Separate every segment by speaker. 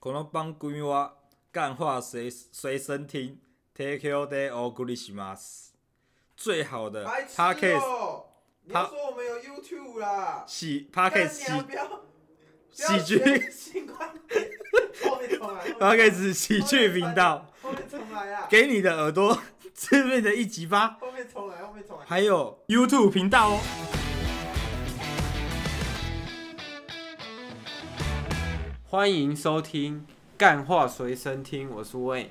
Speaker 1: この番組は干话随随身听，Take your day or good i s h m a s 最好的
Speaker 2: 白痴
Speaker 1: Podcast
Speaker 2: 哦！你
Speaker 1: 他
Speaker 2: 要说我们有 YouTube 啦？
Speaker 1: 喜 Podcast 喜
Speaker 2: 干你啊不要
Speaker 1: 喜剧
Speaker 2: 不要学新观点，后面重来。后面
Speaker 1: Podcast 喜剧频道，，
Speaker 2: 后面重来啊！
Speaker 1: 给你的耳朵致命的一击吧。
Speaker 2: 后面重来，后面重来。
Speaker 1: 还有 YouTube 频道哦。
Speaker 3: 欢迎收听《干话随身听》，我是 Wayne。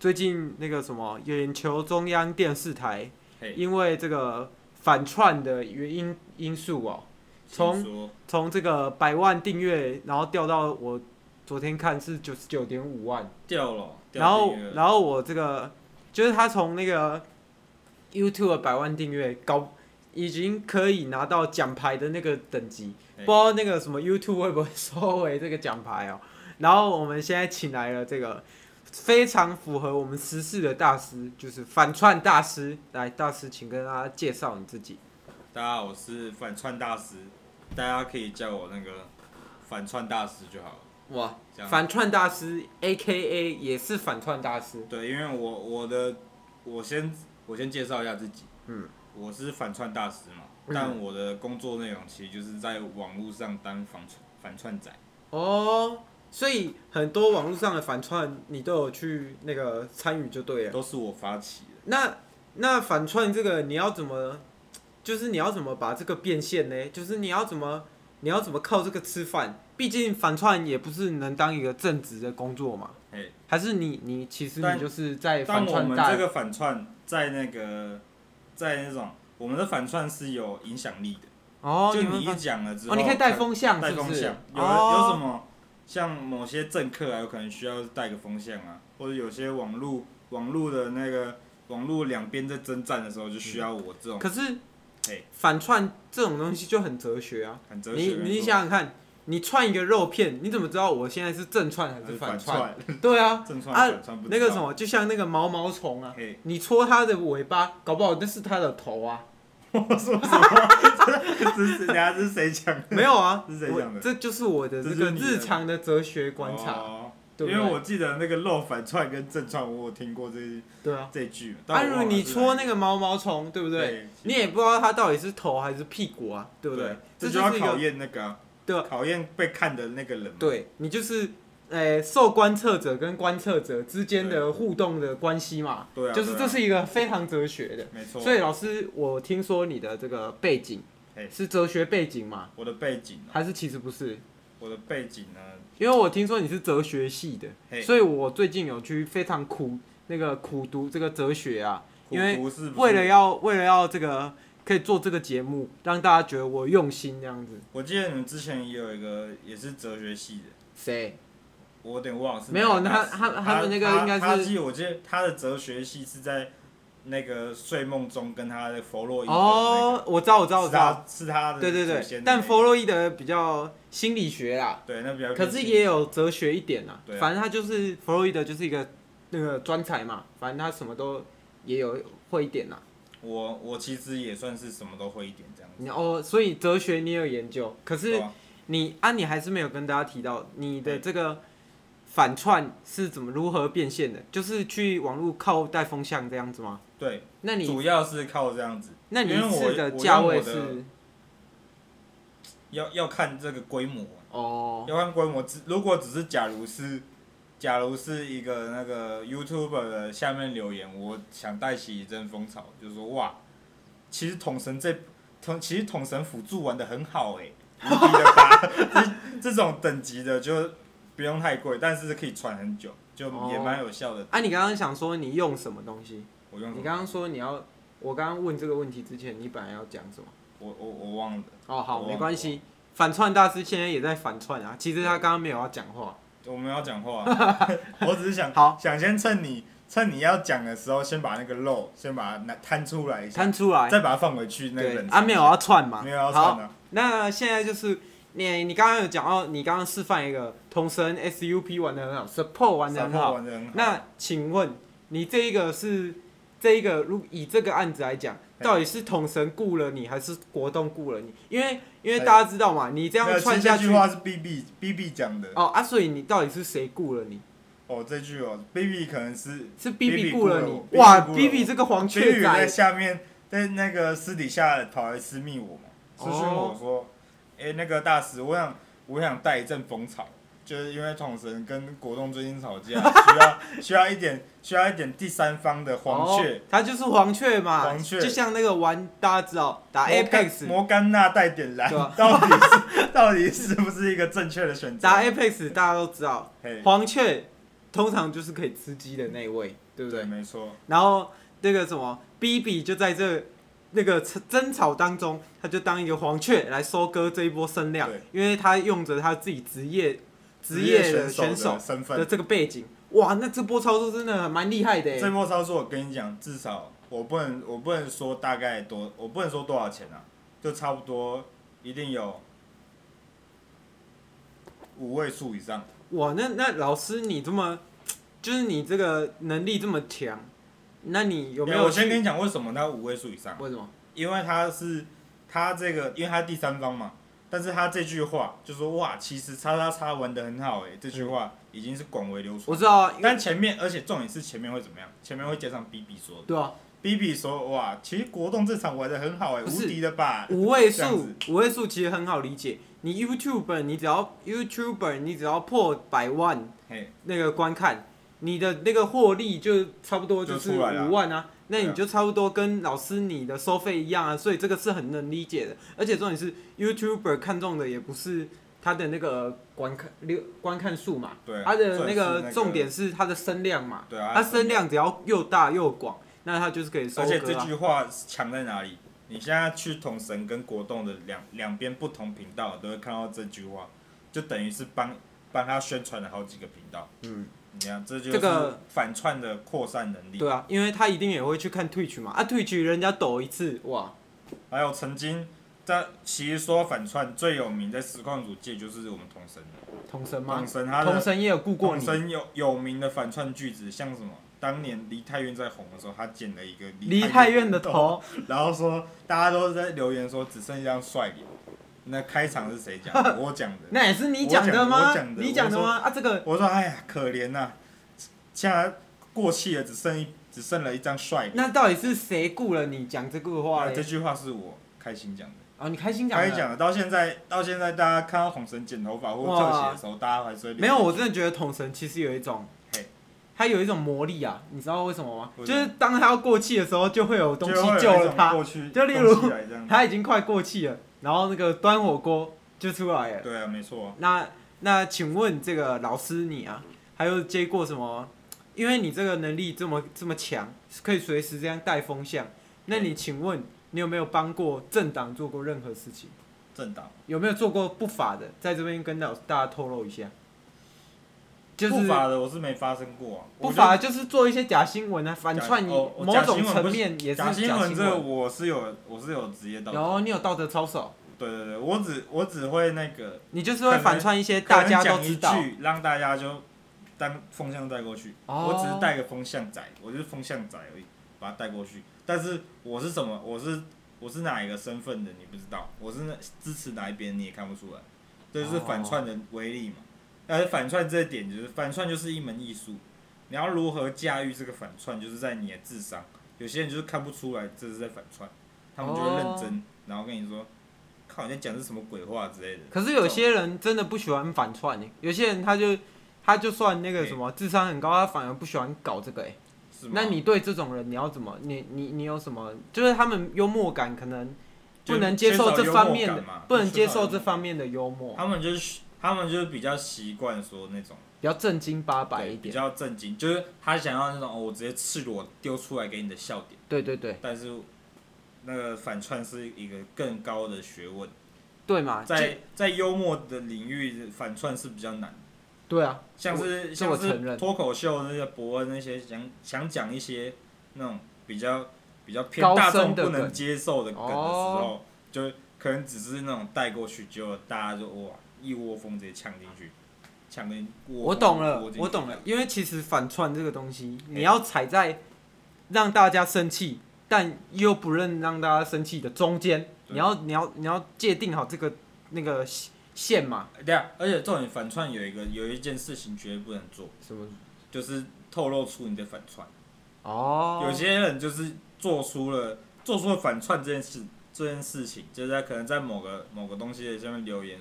Speaker 3: 最近那个什么，眼球中央电视台
Speaker 1: 嘿
Speaker 3: 因为这个反串的原因因素哦，从
Speaker 1: 从
Speaker 3: 从这个百万订阅，然后掉到我昨天看是九十九点五万，
Speaker 1: 掉了，
Speaker 3: 然后然后我这个就是他从那个 YouTube 的百万订阅高，已经可以拿到奖牌的那个等级，不
Speaker 1: 哎
Speaker 3: 知道那个什么 YouTube 会不会收回这个奖牌哦。然后我们现在请来了这个非常符合我们时事的大师，就是反串大师。来，大师，请跟大家介绍你自己。
Speaker 1: 大家好，我是反串大师，大家可以叫我那个反串大师就好了。
Speaker 3: 哇
Speaker 1: 这样
Speaker 3: 反串大师 A K A 也是反串大师，
Speaker 1: 对，因为我我的我先我先介绍一下自己，
Speaker 3: 嗯，
Speaker 1: 我是反串大师嘛，
Speaker 3: 嗯
Speaker 1: 但我的工作内容其实就是在网络上当反串反串仔，
Speaker 3: 哦，所以很多网络上的反串你都有去那个参与就对了。
Speaker 1: 都是我发起的。
Speaker 3: 那那反串这个你要怎么，就是你要怎么把这个变现呢？就是你要怎么你要怎么靠这个吃饭？毕竟反串也不是能当一个正职的工作嘛。
Speaker 1: 嘿，
Speaker 3: 还是你你其实
Speaker 1: 但
Speaker 3: 你就是在
Speaker 1: 但
Speaker 3: 反
Speaker 1: 我
Speaker 3: 串
Speaker 1: 们
Speaker 3: 大
Speaker 1: 这个反串在那个在那种我们的反串是有影响力的，
Speaker 3: 哦，
Speaker 1: 就
Speaker 3: 你们
Speaker 1: 你一
Speaker 3: 反
Speaker 1: 讲了之后，
Speaker 3: 哦，你可以带风向
Speaker 1: 带
Speaker 3: 是不
Speaker 1: 风
Speaker 3: 是？
Speaker 1: 向，有人有什
Speaker 3: 哦，
Speaker 1: 么像某些政客啊，有可能需要带个风向啊，或者有些网络网络的那个网络两边在征战的时候，就需要我这种
Speaker 3: 可是
Speaker 1: 嘿
Speaker 3: 反串这种东西就很哲学啊。
Speaker 1: 很哲
Speaker 3: 你
Speaker 1: 学的
Speaker 3: 你想想看，你串一个肉片，你怎么知道我现在是正串还
Speaker 1: 还
Speaker 3: 是
Speaker 1: 是
Speaker 3: 反
Speaker 1: 反
Speaker 3: 串？
Speaker 1: 串，
Speaker 3: 对啊，
Speaker 1: 正串
Speaker 3: 啊
Speaker 1: 反串不知道
Speaker 3: 那个什，么，就像那个毛毛虫啊，
Speaker 1: 嘿，
Speaker 3: 你戳它的尾巴，搞不好那是它的头啊。
Speaker 1: 我说什么？这是等下这是谁讲的？
Speaker 3: 没有 啊，
Speaker 1: 是谁讲的
Speaker 3: 我这就是我的
Speaker 1: 这
Speaker 3: 这
Speaker 1: 是
Speaker 3: 个
Speaker 1: 你的
Speaker 3: 日常的哲学 观察，
Speaker 1: 哦
Speaker 3: 对不
Speaker 1: 因为
Speaker 3: 对？
Speaker 1: 我记得那个肉反串跟正串，我有听过这
Speaker 3: 对啊，
Speaker 1: 这句。
Speaker 3: 啊，
Speaker 1: 但
Speaker 3: 如
Speaker 1: 我
Speaker 3: 果
Speaker 1: 忘了
Speaker 3: 你
Speaker 1: 是哪
Speaker 3: 戳那
Speaker 1: 一
Speaker 3: 个毛毛虫，对不对？
Speaker 1: 对，
Speaker 3: 你也不知道它到底是头还是屁股啊，对不对？
Speaker 1: 这就
Speaker 3: 就
Speaker 1: 要
Speaker 3: 是一
Speaker 1: 考
Speaker 3: 个
Speaker 1: 验那个啊
Speaker 3: 对啊
Speaker 1: 考验被看的那个人嘛。
Speaker 3: 对你就是。呃，受观测者跟观测者之间的互动的关系嘛，
Speaker 1: 对啊，
Speaker 3: 就是
Speaker 1: 对
Speaker 3: 这
Speaker 1: 啊
Speaker 3: 是一个非常哲学的。
Speaker 1: 没错。
Speaker 3: 所以老师，我听说你的这个背景
Speaker 1: 嘿
Speaker 3: 是哲学背景嘛，
Speaker 1: 我的背景啊，
Speaker 3: 还是其实不是？
Speaker 1: 我的背景啊呢，
Speaker 3: 因为我听说你是哲学系的，
Speaker 1: 嘿
Speaker 3: 所以我最近有去非常苦那个苦读这个哲学啊，因为
Speaker 1: 苦读是不是
Speaker 3: 为了要为了要这个可以做这个节目，让大家觉得我用心这样子。
Speaker 1: 我记得你们之前也有一个也是哲学系的，
Speaker 3: 谁？
Speaker 1: 我有点忘了是
Speaker 3: 没
Speaker 1: 哪
Speaker 3: 有
Speaker 1: 个大
Speaker 3: 他
Speaker 1: 师
Speaker 3: 他
Speaker 1: 他
Speaker 3: 他们那个应该是
Speaker 1: 他他记得我记得他的哲学系是在那个睡梦中跟他的弗洛伊德
Speaker 3: 哦，我知道，我知
Speaker 1: 那
Speaker 3: 道，
Speaker 1: 个
Speaker 3: 我
Speaker 1: 是
Speaker 3: 知
Speaker 1: 他是他
Speaker 3: 道。
Speaker 1: 的
Speaker 3: 对对
Speaker 1: 祖先
Speaker 3: 对，
Speaker 1: 的
Speaker 3: 但
Speaker 1: 那个
Speaker 3: 弗洛伊德比较心理学啦，
Speaker 1: 对那比较
Speaker 3: 可
Speaker 1: 年
Speaker 3: 是
Speaker 1: 轻
Speaker 3: 也有哲学一点呐、
Speaker 1: 对啊
Speaker 3: 反正他就是弗洛伊德就是一个那个专才嘛，反正他什么都也有会一点呐、啊
Speaker 1: 我我其实也算是什么都会一点这样子，
Speaker 3: 你哦，所以哲学你有研究，可
Speaker 1: 对
Speaker 3: 是
Speaker 1: 吧
Speaker 3: 你啊，你还是没有跟大家提到你的这个反串是怎么如何变现的，就是去网络靠带风向这样子吗？
Speaker 1: 对，
Speaker 3: 那你
Speaker 1: 主要是靠这样子，
Speaker 3: 那你
Speaker 1: 因为
Speaker 3: 一
Speaker 1: 我
Speaker 3: 次的
Speaker 1: 我
Speaker 3: 价
Speaker 1: 用我
Speaker 3: 位
Speaker 1: 的
Speaker 3: 是
Speaker 1: 要要看这个规模啊
Speaker 3: 哦
Speaker 1: 要看规模，只如果只是假如是，假如是一个那个 YouTuber 的下面留言，我想带起一阵风潮，就是说哇，其实统神这统其实统神辅助玩的很好哎、无敌了吧？ 这这种等级的就不用太贵，但是可以传很久，就
Speaker 3: 哦
Speaker 1: 也蛮有效的。
Speaker 3: 啊，你刚刚想说你用什么东西？
Speaker 1: 我用什
Speaker 3: 你
Speaker 1: 么
Speaker 3: 刚刚说你要，我刚刚问这个问题之前，你本来要讲什么？
Speaker 1: 我我我忘了，
Speaker 3: 哦，好，
Speaker 1: 我
Speaker 3: 没
Speaker 1: 忘
Speaker 3: 关
Speaker 1: 了
Speaker 3: 系。反串大师现在也在反串啊，其实他刚刚没有要讲话。
Speaker 1: 我们要讲 话啊，我只是想
Speaker 3: 好
Speaker 1: 想先趁你趁你要讲的时候，先把那个肉先把它拿摊出来一下，
Speaker 3: 摊出来，
Speaker 1: 再把它放回去嗯那个
Speaker 3: 对
Speaker 1: 冷，
Speaker 3: 啊，没有要串嘛，
Speaker 1: 没有要
Speaker 3: 好，
Speaker 1: 算啊，
Speaker 3: 那现在就是你，你刚刚有讲到，你刚刚示范一个同神 SUP 玩的很好，Support 玩的很
Speaker 1: 散步
Speaker 3: 好。
Speaker 1: 玩的很好。
Speaker 3: 那请问你这一个是这一个如以这个案子来讲，到底是统神雇了你，还是国栋雇了你？因为因为
Speaker 1: 哎
Speaker 3: 大家知道嘛，你这
Speaker 1: 没
Speaker 3: 样
Speaker 1: 有
Speaker 3: 串
Speaker 1: 其实
Speaker 3: 下
Speaker 1: 这
Speaker 3: 去
Speaker 1: 句话是 B B B B 讲的
Speaker 3: 哦啊，所以你到底是谁雇了你？
Speaker 1: 哦，这句哦，B B 可能是
Speaker 3: 是 B
Speaker 1: BB
Speaker 3: 雇了
Speaker 1: 雇了
Speaker 3: 你
Speaker 1: 我？
Speaker 3: 哇
Speaker 1: BB 雇了
Speaker 3: ，B B
Speaker 1: 我
Speaker 3: 这个黄
Speaker 1: B
Speaker 3: 雀
Speaker 1: B 在
Speaker 3: 仔，
Speaker 1: 下面在那个私底下跑来私密我嘛，私讯
Speaker 3: 哦
Speaker 1: 我说，哎、那个大师，我想我想带一阵风潮。就是因为统神跟国栋最近吵架，需要 需要一点需要一点第三方的黄雀，
Speaker 3: 哦，他就是黄雀嘛，
Speaker 1: 黄雀
Speaker 3: 就像那个玩大家知道打
Speaker 1: 摩甘
Speaker 3: 啊 Apex
Speaker 1: 摩甘娜带点燃，
Speaker 3: 对吧啊
Speaker 1: 到底是 到底是不是一个正确的选择？
Speaker 3: 打 Apex 大家都知道，
Speaker 1: 嘿
Speaker 3: 黄雀通常就是可以吃鸡的那一位，对不对？
Speaker 1: 没错，
Speaker 3: 然后那个什么 B B 就在这那个争争吵当中，他就当一个黄雀来收割这一波声量
Speaker 1: 对，
Speaker 3: 因为他用着他自己职业职业的
Speaker 1: 职
Speaker 3: 选
Speaker 1: 选
Speaker 3: 手
Speaker 1: 的身
Speaker 3: 的
Speaker 1: 份，
Speaker 3: 这个背景，哇，那这波操作真的蛮厉害的欸
Speaker 1: 这
Speaker 3: 耶。
Speaker 1: 波操作我跟你讲，至少我不能我不能说大概多，我不能说多少钱啊，就差不多一定有五位数以上。
Speaker 3: 哇，那那老师你这么，就是你这个能力这么强，那你有没
Speaker 1: 哎
Speaker 3: 有
Speaker 1: 我
Speaker 3: 去？
Speaker 1: 先跟你讲为什么它五位数以上，啊
Speaker 3: 为什么？
Speaker 1: 因为他是他这个，因为他第三方嘛，但是他这句话就说哇，其实叉叉叉玩的很好哎、这句话已经是广为流传。
Speaker 3: 我知道啊，因为
Speaker 1: 但前面，而且重点是前面会怎么样？前面会加上 B B 说
Speaker 3: 对啊，
Speaker 1: ，B B 说哇，其实国栋这场玩的很好哎、
Speaker 3: 不
Speaker 1: 无
Speaker 3: 是
Speaker 1: 敌的吧？
Speaker 3: 五位
Speaker 1: 这样
Speaker 3: 数
Speaker 1: 子，
Speaker 3: 五位数其实很好理解。你 YouTuber，你只要 YouTuber，你只要破百万，
Speaker 1: 嘿，
Speaker 3: 那个观看，你的那个获利就差不多是
Speaker 1: 就出来了
Speaker 3: 五万啊，那
Speaker 1: 对
Speaker 3: 你
Speaker 1: 啊
Speaker 3: 就差不多跟老师你的收费一样啊，所以这个是很能理解的。而且重点是，YouTuber 看中的也不是他的那个观看流观看数嘛，
Speaker 1: 对啊
Speaker 3: 他的
Speaker 1: 重点
Speaker 3: 那
Speaker 1: 是那
Speaker 3: 个
Speaker 1: 个
Speaker 3: 重点是他的声量嘛，
Speaker 1: 对啊
Speaker 3: 他声量只要又大又广，那他就是可以收
Speaker 1: 而且
Speaker 3: 割
Speaker 1: 这
Speaker 3: 啊。
Speaker 1: 句话强在哪里？你现在去统神跟国栋的两两边不同频道都会看到这句话，就等于是帮帮他宣传了好几个频道。
Speaker 3: 嗯，
Speaker 1: 你看，这就
Speaker 3: 这
Speaker 1: 是
Speaker 3: 个
Speaker 1: 反串的扩散能力。
Speaker 3: 对啊，因为他一定也会去看 Twitch 嘛，啊 Twitch 人家抖一次，哇，
Speaker 1: 还有曾经在其实说反串最有名，在实况组界就是我们统神，
Speaker 3: 同声吗
Speaker 1: 统？神他的
Speaker 3: 同声也有顾过
Speaker 1: 统
Speaker 3: 你，
Speaker 1: 神有有名的反串句子，像什么当年梨泰院在红的时候，他剪了一个
Speaker 3: 离太
Speaker 1: 太
Speaker 3: 远的头，，
Speaker 1: 然后说大家都在留言说只剩一张帅脸，那开场是谁讲的？我讲 的。
Speaker 3: 那也是你讲的吗
Speaker 1: 我讲？的
Speaker 3: 你讲的吗？啊，这个
Speaker 1: 我说哎呀，可怜呐、现在过气了，只剩一只剩了一张帅脸。
Speaker 3: 那到底是谁雇了你讲这个话
Speaker 1: 啊这
Speaker 3: 嘞？
Speaker 1: 句话是我开心讲的。
Speaker 3: 啊，你开心讲
Speaker 1: 开始
Speaker 3: 的。
Speaker 1: 讲了，到现在到现在，大家看到红绳剪头发或特写的时候，大家还是会
Speaker 3: 没有，我
Speaker 1: 这
Speaker 3: 真的觉得统神其实有一种
Speaker 1: 嘿，
Speaker 3: 他有一种魔力啊，你知道为什么吗？
Speaker 1: 为什
Speaker 3: 就
Speaker 1: 么
Speaker 3: 是当他要过气的时候，就会有东西救
Speaker 1: 就
Speaker 3: 了他。
Speaker 1: 过去
Speaker 3: 就例如
Speaker 1: 东西来这样
Speaker 3: 他已经快过气了，然后那个端火锅就出来了。
Speaker 1: 对啊，没错，
Speaker 3: 那那请问这个老师你啊，还有接过什么？因为你这个能力这么这么强，可以随时这样带风向。那你请问你有没有帮过政党做过任何事情？
Speaker 1: 政党
Speaker 3: 有没有做过不法的？在这边跟老大家透露一下，就是
Speaker 1: 不法的我是没发生过啊，
Speaker 3: 不
Speaker 1: 我
Speaker 3: 法就是做一些假新闻啊，反串你
Speaker 1: 哦哦
Speaker 3: 某种层面也是
Speaker 1: 假新
Speaker 3: 闻
Speaker 1: 闻这个我是有我是有职业道德，
Speaker 3: 有你有道德操守，
Speaker 1: 对对对，我只我只会那个
Speaker 3: 你就是会反串一些大家都知道
Speaker 1: 可能讲一句让大家就当风向带过去，
Speaker 3: 哦
Speaker 1: 我只是带个风向仔，我就是风向仔而已，把它带过去。但是我是什么？我是我是哪一个身份的？你不知道，我是那支持哪一边你也看不出来，这就是
Speaker 3: 哦
Speaker 1: 反串的威力嘛。但是反串这一点就是反串就是一门艺术，你要如何驾驭这个反串，就是在你的智商。有些人就是看不出来这是在反串，他们就会认真，
Speaker 3: 哦
Speaker 1: 然后跟你说，靠你在讲是什么鬼话之类的。
Speaker 3: 可是有些人真的不喜欢反串、欸，有些人他就他就算
Speaker 1: 嗯
Speaker 3: 那个什么智商很高，他反而不喜欢搞这个、欸，
Speaker 1: 是吗
Speaker 3: 那你对这种人你要怎么？你你你有什么？就是他们幽默感可能不能接受这方面
Speaker 1: 缺
Speaker 3: 的
Speaker 1: 少幽默感嘛，
Speaker 3: 不能接受
Speaker 1: 缺少
Speaker 3: 这
Speaker 1: 幽默
Speaker 3: 方面的幽默，
Speaker 1: 他们就是他们就是比较习惯说那种
Speaker 3: 比较正经八百
Speaker 1: 对
Speaker 3: 一
Speaker 1: 比
Speaker 3: 点。
Speaker 1: 较正经，就是他想要那种、哦、我直接赤裸丢出来给你的笑点，
Speaker 3: 对对对
Speaker 1: 但是那个反串是一个更高的学问，
Speaker 3: 对嘛，就
Speaker 1: 在在幽默的领域反串是比较难的，
Speaker 3: 对啊，
Speaker 1: 像是
Speaker 3: 这我
Speaker 1: 像
Speaker 3: 承
Speaker 1: 是
Speaker 3: 认
Speaker 1: 脱口秀那些伯恩那些想想讲一些那种比较比较偏
Speaker 3: 高
Speaker 1: 大
Speaker 3: 深
Speaker 1: 众
Speaker 3: 的
Speaker 1: 不能
Speaker 3: 梗
Speaker 1: 接受的梗的时
Speaker 3: 哦
Speaker 1: 候，就可能只是那种带过去，结果大家就哇一窝蜂直接呛进去，呛进
Speaker 3: 我懂了
Speaker 1: 窝进，去哎
Speaker 3: 我懂了，因为其实反串这个东西，你要踩在让大家生气，但又不认让大家生气的中间，
Speaker 1: 对
Speaker 3: 你要你要你要界定好这个那个线嘛，
Speaker 1: 对啊，而且重点反串有一个有一件事情绝对不能做，
Speaker 3: 什么
Speaker 1: 就是透露出你的反串。
Speaker 3: 哦，
Speaker 1: 有些人就是做出了做出了反串这件事这件事情，就是在可能在某个某个东西的下面留言，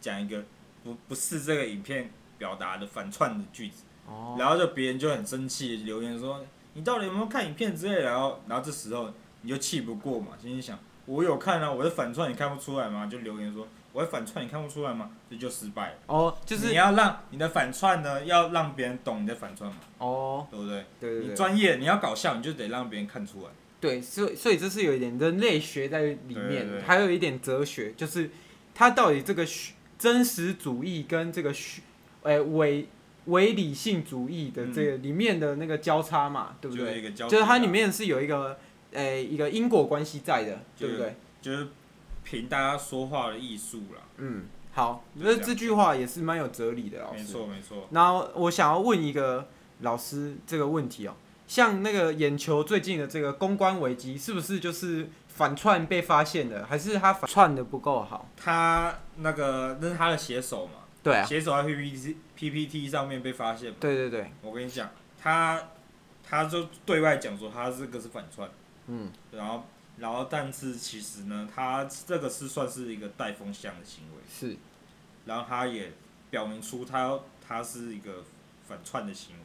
Speaker 1: 讲一个不不是这个影片表达的反串的句子，
Speaker 3: 哦
Speaker 1: 然后就别人就很生气留言说你到底有没有看影片之类的，然后然后这时候你就气不过嘛，心里想我有看啊，我的反串你看不出来吗？就留言说我的反串你看不出来吗？这就失败了，
Speaker 3: 哦就是
Speaker 1: 你要让你的反串呢，要让别人懂你的反串嘛，
Speaker 3: 哦，
Speaker 1: 对不对？
Speaker 3: 对对
Speaker 1: 你
Speaker 3: 对，
Speaker 1: 专业，你要搞笑，你就得让别人看出来。
Speaker 3: 对，所以所以这是有一点人类学在里面，
Speaker 1: 对对对
Speaker 3: 还有一点哲学，就是它到底这个虚真实主义跟这个虚，诶、伪伪理性主义的这个里面的那个交叉嘛，对不
Speaker 1: 嗯就是
Speaker 3: 对？
Speaker 1: 一个交集啊
Speaker 3: 就是它里面是有一个诶、一个因果关系在的，
Speaker 1: 就
Speaker 3: 对
Speaker 1: 是
Speaker 3: 不对？
Speaker 1: 就是凭大家说话的艺术啦。
Speaker 3: 嗯，好，
Speaker 1: 就
Speaker 3: 我
Speaker 1: 是
Speaker 3: 觉得这句话也是蛮有哲理的，老
Speaker 1: 没
Speaker 3: 师。
Speaker 1: 错没错，
Speaker 3: 然后我想要问一个老师这个问题哦，像那个眼球最近的这个公关危机，是不是就是反串被发现的，还是他反串的不够好？
Speaker 1: 他那个那是他的写手嘛，
Speaker 3: 对啊，
Speaker 1: 写手在 PPT PPT 上面被发现嘛。
Speaker 3: 对对对，
Speaker 1: 我跟你讲，他他就对外讲说他这个是反串，
Speaker 3: 嗯，
Speaker 1: 然后然后但是其实呢，他这个是算是一个带风向的行为，
Speaker 3: 是
Speaker 1: 然后他也表明出他他是一个反串的行为。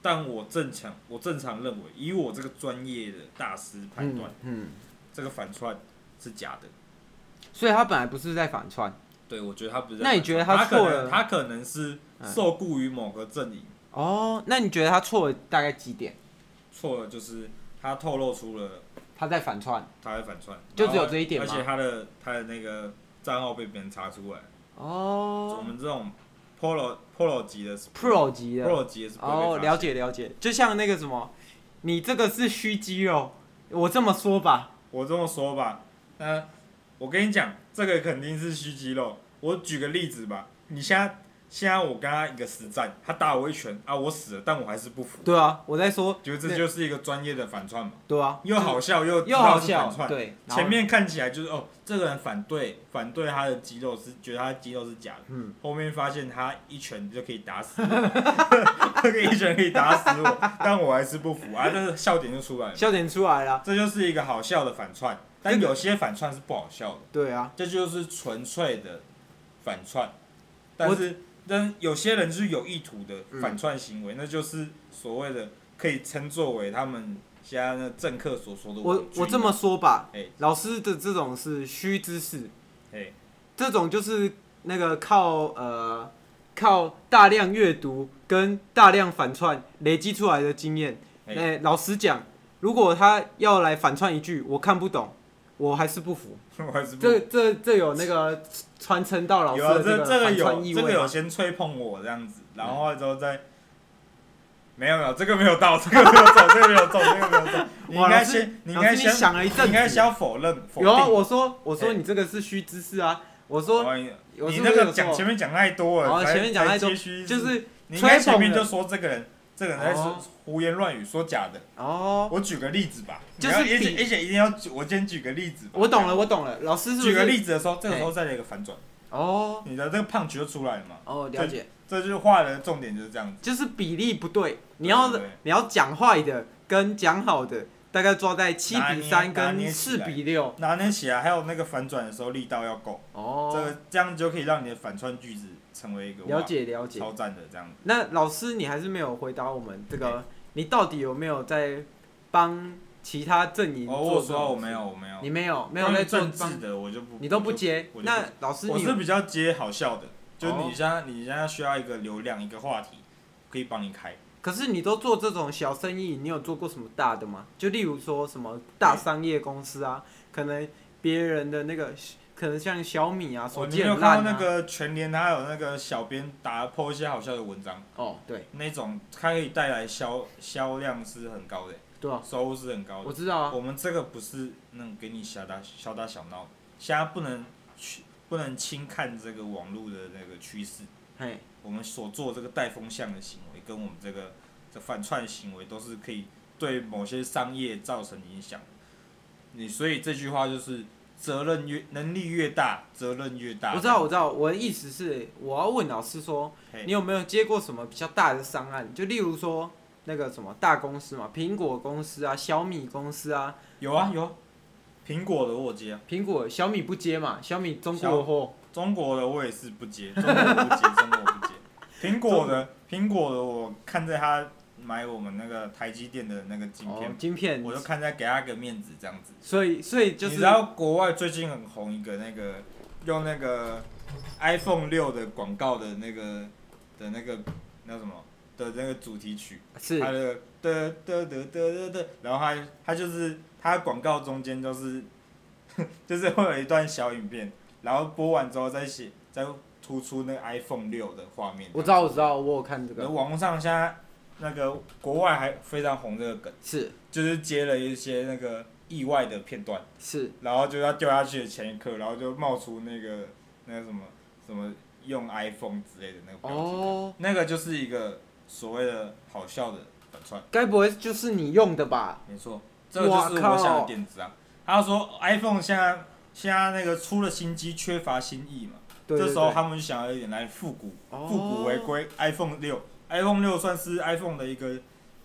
Speaker 1: 但我正常，我正常认为，以我这个专业的大师判断，
Speaker 3: 嗯，嗯，
Speaker 1: 这个反串是假的。
Speaker 3: 所以他本来不是在反串
Speaker 1: 对，我觉得他不是在
Speaker 3: 那
Speaker 1: 反串。
Speaker 3: 你觉得他
Speaker 1: 他
Speaker 3: 错
Speaker 1: 可能
Speaker 3: 了
Speaker 1: 他可能是受雇于某个阵营，
Speaker 3: 哦，那你觉得他错了大概几点？
Speaker 1: 错了就是他透露出了
Speaker 3: 他在反串
Speaker 1: 他会反串，
Speaker 3: 就
Speaker 1: 然后
Speaker 3: 只有这一点
Speaker 1: 而
Speaker 3: 吗
Speaker 1: 且他的他的那个账号被别人查出来，我
Speaker 3: 哦
Speaker 1: 们这种 polo polo 级的是
Speaker 3: ，Pro 级的
Speaker 1: polo 级的是不会被
Speaker 3: 哦，
Speaker 1: 发
Speaker 3: 了
Speaker 1: 现。
Speaker 3: 解了解，就像那个什么，你这个是虚肌肉，我这么说吧，
Speaker 1: 我这么说吧，那我跟你讲，这个肯定是虚肌肉。我举个例子吧，你现在现在我跟他一个实战，他打我一拳啊，我死了，但我还是不服，
Speaker 3: 对啊，我在说，
Speaker 1: 觉得这就是一个专业的反串嘛。
Speaker 3: 对啊，
Speaker 1: 又好笑又知
Speaker 3: 又
Speaker 1: 道
Speaker 3: 好
Speaker 1: 是反
Speaker 3: 笑，
Speaker 1: 串。
Speaker 3: 对，然后
Speaker 1: 前面看起来就是哦，这个人反对反对他的肌肉是觉得他的肌肉是假的，
Speaker 3: 嗯
Speaker 1: 后面发现他一拳就可以打死我， 这个一拳可以打死我，但我还是不服啊，这个笑点就出来了，
Speaker 3: 笑点出来了，
Speaker 1: 这就是一个好笑的反串，但有些反串是不好笑的，
Speaker 3: 对啊，
Speaker 1: 这就是纯粹的反串，
Speaker 3: 我嗯
Speaker 1: 但是但有些人是有意图的反串行为，那就是所谓的可以称作为他们现在那政客所说的
Speaker 3: 我
Speaker 1: 伪军
Speaker 3: 我这么说吧
Speaker 1: 哎，
Speaker 3: 老师的这种是虚知识，
Speaker 1: 哎，
Speaker 3: 这种就是那个靠呃靠大量阅读跟大量反串累积出来的经验。
Speaker 1: 哎
Speaker 3: 哎，老实讲，如果他要来反串一句我看不懂，我还是不服。
Speaker 1: 我还是不
Speaker 3: 这这这有那个传承到老师
Speaker 1: 有啊，
Speaker 3: 的
Speaker 1: 这
Speaker 3: 个
Speaker 1: 个
Speaker 3: 反
Speaker 1: 有
Speaker 3: 串意
Speaker 1: 这
Speaker 3: 味啊
Speaker 1: 个
Speaker 3: 吗嗯
Speaker 1: 有先吹捧我这样子，然后之后再。没有没有，这个没有到，这个没有中，这个没有中，这个没有 中。你应
Speaker 3: 哇
Speaker 1: 该
Speaker 3: 老师
Speaker 1: 先，你应
Speaker 3: 老
Speaker 1: 该
Speaker 3: 师
Speaker 1: 先，
Speaker 3: 想了一阵
Speaker 1: 你应该
Speaker 3: 子
Speaker 1: 先否认，否定。
Speaker 3: 有啊，我说我说
Speaker 1: 哎
Speaker 3: 你这个是虚知识啊，我说
Speaker 1: 哦你
Speaker 3: 我
Speaker 1: 你
Speaker 3: 是不
Speaker 1: 那
Speaker 3: 是
Speaker 1: 个
Speaker 3: 有
Speaker 1: 讲
Speaker 3: 错
Speaker 1: 前面讲太多了，
Speaker 3: 哦
Speaker 1: 才
Speaker 3: 前面讲太多
Speaker 1: 才接虚
Speaker 3: 就
Speaker 1: 实
Speaker 3: 是
Speaker 1: 你应该
Speaker 3: 吹
Speaker 1: 前
Speaker 3: 捧
Speaker 1: 面
Speaker 3: 的
Speaker 1: 就说这个人，这个人在说
Speaker 3: 哦
Speaker 1: 胡言乱语，说假的。
Speaker 3: 哦，
Speaker 1: 我举个例子吧，
Speaker 3: 就是
Speaker 1: 你要而且
Speaker 3: 比
Speaker 1: 而且一定要举，我先举个例子吧。
Speaker 3: 我懂了，我懂了，老师是不是
Speaker 1: 举个例子的时候，这个时候
Speaker 3: 哎
Speaker 1: 再来一个反转，
Speaker 3: 哦
Speaker 1: 你的这个胖局就出来了嘛。
Speaker 3: 哦，了解，
Speaker 1: 这句话的重点就是这样子。
Speaker 3: 就是比例不对，你要
Speaker 1: 对对
Speaker 3: 你要讲坏的跟讲好的大概抓在七
Speaker 1: 拿
Speaker 3: 比
Speaker 1: 捏
Speaker 3: 三
Speaker 1: 拿
Speaker 3: 跟
Speaker 1: 捏起
Speaker 3: 四
Speaker 1: 来
Speaker 3: 比六
Speaker 1: 拿捏起来，还有那个反转的时候力道要够，这
Speaker 3: 哦，
Speaker 1: 个这样就可以让你的反串句子成为一个
Speaker 3: 了解了
Speaker 1: 哇
Speaker 3: 解。
Speaker 1: 超赞的这样子。
Speaker 3: 那老师你还是没有回答我们这个，你到底有没有在帮其他阵营
Speaker 1: 哦，
Speaker 3: 做
Speaker 1: 我
Speaker 3: 这种
Speaker 1: 说我没
Speaker 3: 事，
Speaker 1: 有我没有
Speaker 3: 你没有没有
Speaker 1: 关于
Speaker 3: 在做
Speaker 1: 政治
Speaker 3: 帮，
Speaker 1: 的，我就不
Speaker 3: 你都不
Speaker 1: 我就
Speaker 3: 接
Speaker 1: 我。就
Speaker 3: 那老师
Speaker 1: 我
Speaker 3: 你
Speaker 1: 是比较接好笑的，就
Speaker 3: 哦
Speaker 1: 你现在你现在需要一个流量一个话题，可以帮你开。
Speaker 3: 可是你都做这种小生意，你有做过什么大的吗？就例如说什么大商业公司啊，可能别人的那个，可能像小米啊、
Speaker 1: 我
Speaker 3: 手
Speaker 1: 哦你
Speaker 3: 机
Speaker 1: 有
Speaker 3: 很
Speaker 1: 看到
Speaker 3: 烂
Speaker 1: 那
Speaker 3: 啊。
Speaker 1: 个全联，他有那个小编打破一些好笑的文章，
Speaker 3: 哦，对
Speaker 1: 那种它可以带来销销量是很高的，
Speaker 3: 对啊，
Speaker 1: 收入是很高的
Speaker 3: 我。知道啊。
Speaker 1: 我们这个不是那种给你小打小打小闹，现在不能去不能轻看这个网络的那个趋势。
Speaker 3: 嘿，
Speaker 1: 我们所做这个带风向的行为，跟我们这个这反串行为，都是可以对某些商业造成影响。你所以这句话就是责任越能力越大，责任越大。
Speaker 3: 我知道，我知道，我的意思是，我要问老师说，
Speaker 1: 嘿
Speaker 3: 你有没有接过什么比较大的商案？就例如说那个什么大公司嘛，苹果公司啊，小米公司啊，
Speaker 1: 有啊有啊，苹果的我接啊，
Speaker 3: 苹果、小米不接嘛，小米中国货，
Speaker 1: 中国的我也是不接，中国我不接，中国我不接。苹果 的苹果的我看在他买我们那个台积电的那个晶
Speaker 3: 哦
Speaker 1: 片，，
Speaker 3: 晶片
Speaker 1: 我，就看在给他个面子这样子。
Speaker 3: 所以所以就
Speaker 1: 你
Speaker 3: 是
Speaker 1: 知道国外最近很红一个那个用那个 iPhone 六的广告的那个的那个那什么的那个主题曲，
Speaker 3: 是
Speaker 1: 它的的的的的的的，然后它它就是它广告中间就是 就是会有一段小影片，然后播完之后再写再突出那个 iPhone 六的画面。
Speaker 3: 我知道，我知道，我有看这
Speaker 1: 然
Speaker 3: 个
Speaker 1: 后，网络上现在那个国外还非常红这个梗，
Speaker 3: 是
Speaker 1: 就是接了一些那个意外的片段。
Speaker 3: 是
Speaker 1: 然后就要掉下去的前一刻，然后就冒出那个那个什么什么用 iPhone 之类的那个标题，
Speaker 3: 哦，
Speaker 1: 那个就是一个所谓的好笑的反串，
Speaker 3: 该不会就是你用的吧？
Speaker 1: 没错，这个就是我想
Speaker 3: 哇靠
Speaker 1: 的点子啊。他说 iPhone 现在现在那个出了新机，缺乏新意嘛，
Speaker 3: 对哦
Speaker 1: 这时候他们就想要一点来复古，复古回归 iPhone 六，iPhone 六算是 iPhone 的一个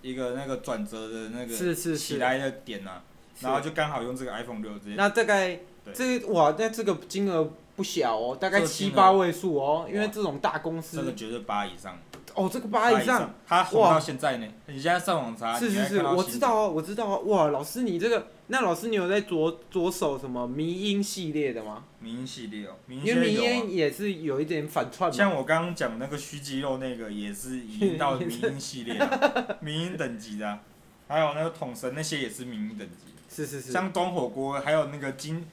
Speaker 1: 一个那个转折的那个
Speaker 3: 是是
Speaker 1: 起
Speaker 3: 是，
Speaker 1: 来的点啊，
Speaker 3: 是
Speaker 1: 然后就刚好用这个 iPhone 六直接
Speaker 3: 那大概
Speaker 1: 对
Speaker 3: 这哇，那这个金额不小哦，大概
Speaker 1: 这个
Speaker 3: 七
Speaker 1: 金额
Speaker 3: 八位数哦，因为
Speaker 1: 哇
Speaker 3: 这种大公
Speaker 1: 这个
Speaker 3: 司，
Speaker 1: 绝对八以上。
Speaker 3: 哦，这个八以上，，
Speaker 1: 他红到现在呢。你现在上网查，
Speaker 3: 是
Speaker 1: 你还
Speaker 3: 是
Speaker 1: 看
Speaker 3: 是，
Speaker 1: 到
Speaker 3: 我
Speaker 1: 新
Speaker 3: 知道啊，我知道啊。哇，老师你这个，那老师你有在着着手什么迷音系列的吗？
Speaker 1: 民音系列哦，民音系
Speaker 3: 因为
Speaker 1: 列
Speaker 3: 迷
Speaker 1: 有
Speaker 3: 音也是有一点反
Speaker 1: 啊
Speaker 3: 串嘛。
Speaker 1: 像我刚刚讲那个虚肌肉那个，也是已经到民音系列 了，民音等级的啊、还有那个桶神那些也是民音等级，
Speaker 3: 是是是，
Speaker 1: 像东火锅，还有那个今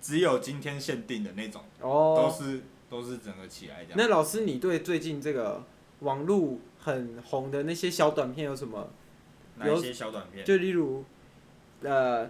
Speaker 1: 只有今天限定的那种，都
Speaker 3: 哦，
Speaker 1: 是都是整个起来这样。
Speaker 3: 那老师你对最近这个网络很红的那些小短片有什么？
Speaker 1: 哪一些小短片？
Speaker 3: 就例如，呃，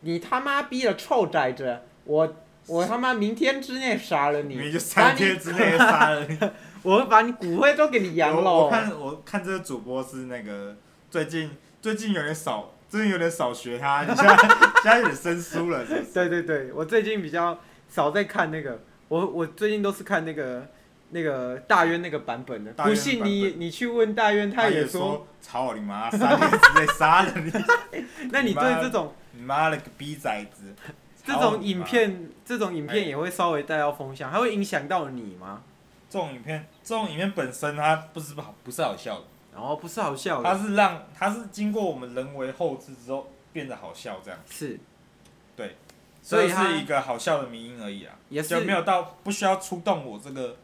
Speaker 3: 你他妈逼的臭崽子，我我他妈明天之内杀了
Speaker 1: 明明
Speaker 3: 你，
Speaker 1: 就三天之内杀了你。
Speaker 3: 我会把你骨灰都给你扬
Speaker 1: 我我
Speaker 3: 喽。
Speaker 1: 看我看这个主播是那个最近最近有点少，最近有点少学他，你现在现在有点生疏了，是不是？
Speaker 3: 对对对，我最近比较少在看那个，我我最近都是看那个那个大渊那个版本的。
Speaker 1: 大渊
Speaker 3: 不信你
Speaker 1: 版
Speaker 3: 你去问大渊，他
Speaker 1: 也
Speaker 3: 说。
Speaker 1: 说操你妈，三天之内杀了你，
Speaker 3: 那你
Speaker 1: 你妈
Speaker 3: 对这种
Speaker 1: 你妈了个逼崽子！
Speaker 3: 这
Speaker 1: 操
Speaker 3: 种
Speaker 1: 你
Speaker 3: 影
Speaker 1: 妈，
Speaker 3: 片，这种影片
Speaker 1: 哎
Speaker 3: 也会稍微带到风向，它会影响到你吗？
Speaker 1: 这种影片，这种影片本身它不是不好，不是好笑的，
Speaker 3: 然后不是好笑
Speaker 1: 它
Speaker 3: 的，
Speaker 1: 是让它是经过我们人为后置之后变得好笑这样，
Speaker 3: 是所
Speaker 1: 所
Speaker 3: 以
Speaker 1: 以
Speaker 3: 它
Speaker 1: 是一个好笑的迷因而已啊，
Speaker 3: 也是
Speaker 1: 就没有到不需要触动我这个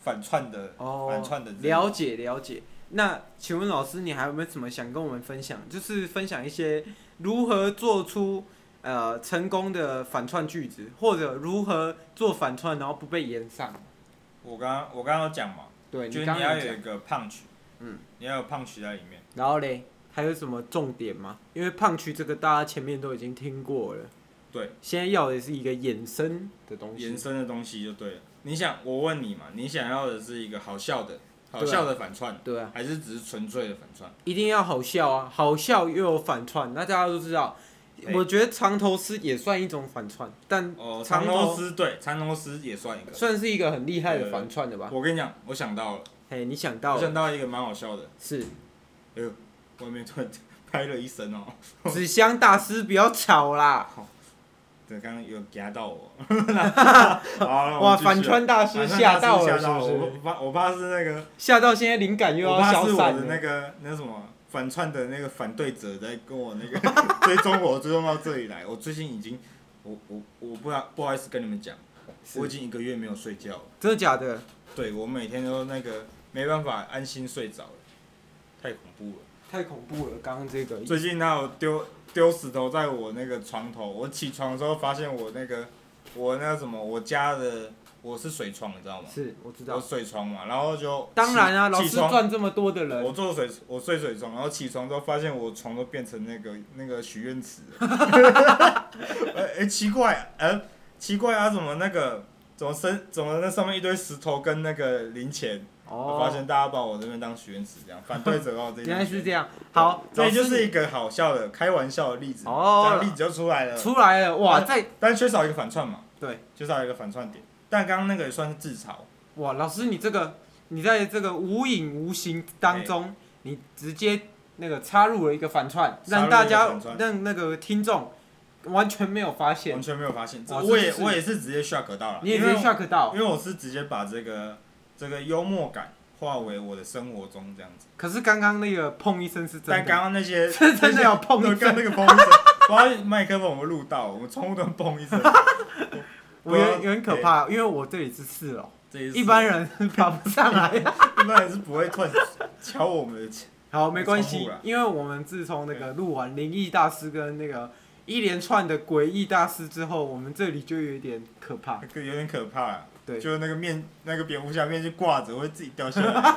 Speaker 1: 反串的
Speaker 3: 哦
Speaker 1: 反串的人
Speaker 3: 了解了解。那请问老师，你还有没有什么想跟我们分享？就是分享一些如何做出呃成功的反串句子，或者如何做反串然后不被延上。
Speaker 1: 我刚刚我刚刚有讲嘛，
Speaker 3: 对，
Speaker 1: 就是
Speaker 3: 刚
Speaker 1: 你要
Speaker 3: 刚
Speaker 1: 有
Speaker 3: 讲
Speaker 1: 一个胖曲，
Speaker 3: 嗯，
Speaker 1: 你要有胖曲在里面。
Speaker 3: 然后嘞，还有什么重点吗？因为胖区这个大家前面都已经听过了，
Speaker 1: 对，
Speaker 3: 现在要的是一个衍生的东西
Speaker 1: 延。伸的东西就对了。你想，我问你嘛，你想要的是一个好笑的、好笑的反串，
Speaker 3: 对啊，
Speaker 1: 还是只是纯粹的反串？
Speaker 3: 一定要好笑啊，好笑又有反串，那大家都知道。
Speaker 1: 对
Speaker 3: 我觉得长头丝也算一种反串，但
Speaker 1: 哎哦，
Speaker 3: 长
Speaker 1: 长
Speaker 3: 头
Speaker 1: 头丝对，长头丝也算一个。
Speaker 3: 算是一个很厉害的
Speaker 1: 对
Speaker 3: 反串的吧？
Speaker 1: 我跟你讲，我想到了，
Speaker 3: 嘿，你想到
Speaker 1: 我想
Speaker 3: 了
Speaker 1: 到一个蛮好笑的，
Speaker 3: 是
Speaker 1: 外面突然 拍了一声哦，
Speaker 3: 纸箱大师，不要吵啦！
Speaker 1: 对，刚刚有夹到 我。好哦了，
Speaker 3: 哇，反串大师吓到了，
Speaker 1: 了，
Speaker 3: 是
Speaker 1: 吓到
Speaker 3: 不
Speaker 1: 我
Speaker 3: 是？
Speaker 1: 怕我怕是那个，
Speaker 3: 吓到现在灵感又
Speaker 1: 我
Speaker 3: 要
Speaker 1: 怕
Speaker 3: 消
Speaker 1: 是我
Speaker 3: 散
Speaker 1: 的那
Speaker 3: 了。
Speaker 1: 个那什么反串的那个反对者在跟我那个 追踪我，追踪到这里来。我最近已经，我我我不好不好意思跟你们讲，
Speaker 3: 是
Speaker 1: 我已经一个月没有睡觉了。
Speaker 3: 真的假的？
Speaker 1: 对我每天都那个没办法安心睡着了，太恐怖了。
Speaker 3: 太恐怖了，刚刚这个。
Speaker 1: 最近他有丢丢石头在我那个床头，我起床的时候发现我那个我那个什么我家的我是水床，你知道吗？
Speaker 3: 是，我知
Speaker 1: 我
Speaker 3: 道。
Speaker 1: 水床嘛，然后就
Speaker 3: 当然啊，
Speaker 1: 起
Speaker 3: 老
Speaker 1: 起
Speaker 3: 师
Speaker 1: 床
Speaker 3: 赚这么多的人，
Speaker 1: 我做水，我睡水床，然后起床之后发现我床都变成那个那个许愿池了。 哎、哎奇怪，呃，奇怪啊，怎么那个怎么身怎么那上面一堆石头跟那个零钱，我
Speaker 3: 哦
Speaker 1: 发，现大家把我这边当许愿池这样，反对者把我这边
Speaker 3: 原
Speaker 1: 当
Speaker 3: 来
Speaker 1: 许
Speaker 3: 是
Speaker 1: 愿池。
Speaker 3: 这样。好，
Speaker 1: 这就
Speaker 3: 老师
Speaker 1: 是一个好笑的开玩笑的例子，
Speaker 3: 哦
Speaker 1: 这样例子就出来了。
Speaker 3: 出来了哇，
Speaker 1: 那
Speaker 3: 在
Speaker 1: 但缺少一个反串嘛，
Speaker 3: 对，
Speaker 1: 缺少一个反串点。但刚刚那个也算是自嘲，
Speaker 3: 哇，老师你这个你在这个无影无形当
Speaker 1: 哎
Speaker 3: 中，你直接那个插入了一个反串，
Speaker 1: 插入
Speaker 3: 让
Speaker 1: 一个
Speaker 3: 大家
Speaker 1: 反串
Speaker 3: 让那个听众完全没有发现
Speaker 1: 完，全没有发现。这
Speaker 3: 哇
Speaker 1: 我
Speaker 3: 哦这
Speaker 1: 也
Speaker 3: 就是
Speaker 1: 我也是直接 shock 到了，
Speaker 3: 你也
Speaker 1: 因
Speaker 3: 直接
Speaker 1: 为
Speaker 3: shock 到。
Speaker 1: 因为我是直接把这个这个幽默感化为我的生活中这样子。
Speaker 3: 可是刚刚那个砰一声是真
Speaker 1: 但
Speaker 3: 的，
Speaker 1: 刚刚那些
Speaker 3: 是 真的有砰一
Speaker 1: 那些
Speaker 3: 声
Speaker 1: 刚刚那个砰一声，不知道麦克风有没有录到，我们窗户都砰一 声。
Speaker 3: 我有有点可怕，因为我这里是四楼，
Speaker 1: 这一次
Speaker 3: 一般人 爬不上 来。
Speaker 1: 一般人是不会突然敲我们的墙。
Speaker 3: 好，没关
Speaker 1: 窗
Speaker 3: 系
Speaker 1: 户啊啦，
Speaker 3: 因为我们自从那个录完灵异大师跟那个一连串的诡异大师之后，我们这里就有一点可怕。
Speaker 1: 那个有点可怕、啊。
Speaker 3: 对
Speaker 1: 就是那个面，那个蝙蝠侠面具挂着，会自己掉下 来。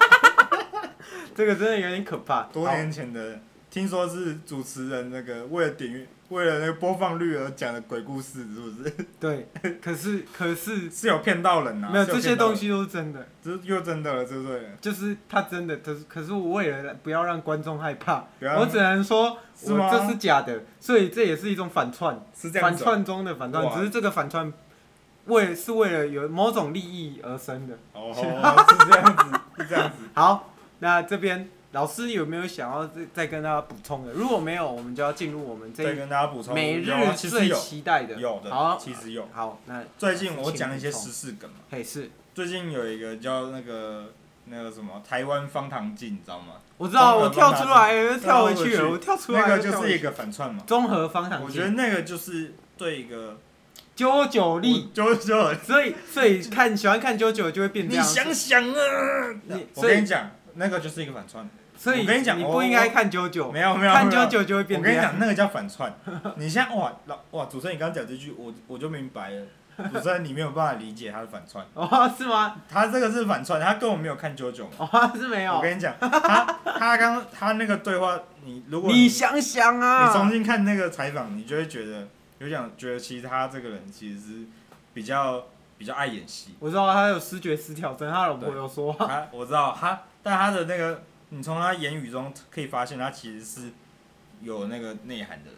Speaker 3: 这个真的有点可怕。
Speaker 1: 多
Speaker 3: 好
Speaker 1: 年前的，听说是主持人那个为了点阅，为了那个播放率而讲的鬼故事，是不是？
Speaker 3: 对， 可是可是
Speaker 1: 是有骗到人啊？
Speaker 3: 没有
Speaker 1: 是
Speaker 3: 这些
Speaker 1: 骗到
Speaker 3: 东
Speaker 1: 人，
Speaker 3: 西都是真的，
Speaker 1: 这又真的了，对不对？
Speaker 3: 就是他真的，可是可是我为了不要让观众害怕，
Speaker 1: 不要让
Speaker 3: 我只能说
Speaker 1: 啊是
Speaker 3: 我
Speaker 1: 吗
Speaker 3: 这是假的，所以这也是一种反串，
Speaker 1: 是这样
Speaker 3: 反
Speaker 1: 子哦、
Speaker 3: 串中的反串，
Speaker 1: 哇
Speaker 3: 只是这个反串为是为了有某种利益而生的。
Speaker 1: 哦， 是这样子，是这样子。
Speaker 3: 好，那这边老师有没有想要再再跟大家补充的？如果没有，我们就要进入我们 这
Speaker 1: 再
Speaker 3: 一
Speaker 1: 跟大家补充，
Speaker 3: 每日
Speaker 1: 有啊其实
Speaker 3: 最
Speaker 1: 有
Speaker 3: 期待的。
Speaker 1: 有的，
Speaker 3: 好，
Speaker 1: 其实有。
Speaker 3: 好，那
Speaker 1: 最近我
Speaker 3: 请
Speaker 1: 讲一些
Speaker 3: 补充
Speaker 1: 时事梗嘛，
Speaker 3: 嘿是，
Speaker 1: 最近有一个叫那个那个什么台湾方糖镜，你知道吗？
Speaker 3: 我知道，
Speaker 1: 综合
Speaker 3: 我跳
Speaker 1: 方
Speaker 3: 出
Speaker 1: 糖
Speaker 3: 来了，又跳回
Speaker 1: 综合
Speaker 3: 去
Speaker 1: 去
Speaker 3: 了，我跳出来
Speaker 1: 那
Speaker 3: 了
Speaker 1: 个就
Speaker 3: 跳回
Speaker 1: 是一
Speaker 3: 去
Speaker 1: 个反串嘛。
Speaker 3: 综合方糖
Speaker 1: 我觉得
Speaker 3: 镜，
Speaker 1: 那个就是对一个
Speaker 3: 九九力，
Speaker 1: 我就是说
Speaker 3: 所以所以看喜欢看九九就会变这
Speaker 1: 你
Speaker 3: 样。
Speaker 1: 想想啊
Speaker 3: 你，
Speaker 1: 我
Speaker 3: 所以
Speaker 1: 跟你讲，那个就是一个反串。
Speaker 3: 所以
Speaker 1: 我跟你讲
Speaker 3: 你
Speaker 1: 我
Speaker 3: 不应该看九九，
Speaker 1: 没有没有，
Speaker 3: 看
Speaker 1: 没有
Speaker 3: 九九就会变
Speaker 1: 我
Speaker 3: 这
Speaker 1: 跟你
Speaker 3: 样。
Speaker 1: 讲，那个叫反 串。你现在哇老哇，主持人你刚刚讲这句，我我就明白了。主持人你没有办法理解他的反串，
Speaker 3: 哦，是吗？
Speaker 1: 他这个是反串，他根本没有看九九嘛。
Speaker 3: 哦，是没
Speaker 1: 我
Speaker 3: 有。
Speaker 1: 跟你讲，他他刚他那个对话，你如果
Speaker 3: 你想想
Speaker 1: 你重
Speaker 3: 啊，
Speaker 1: 新看那个采访，你就会觉得有点觉得其实他这个人其实是比较比较爱演戏。
Speaker 3: 我知道他有视觉失调症，他老婆有说话。
Speaker 1: 他我知道他，但他的那个你从他言语中可以发现，他其实是有那个内涵的人。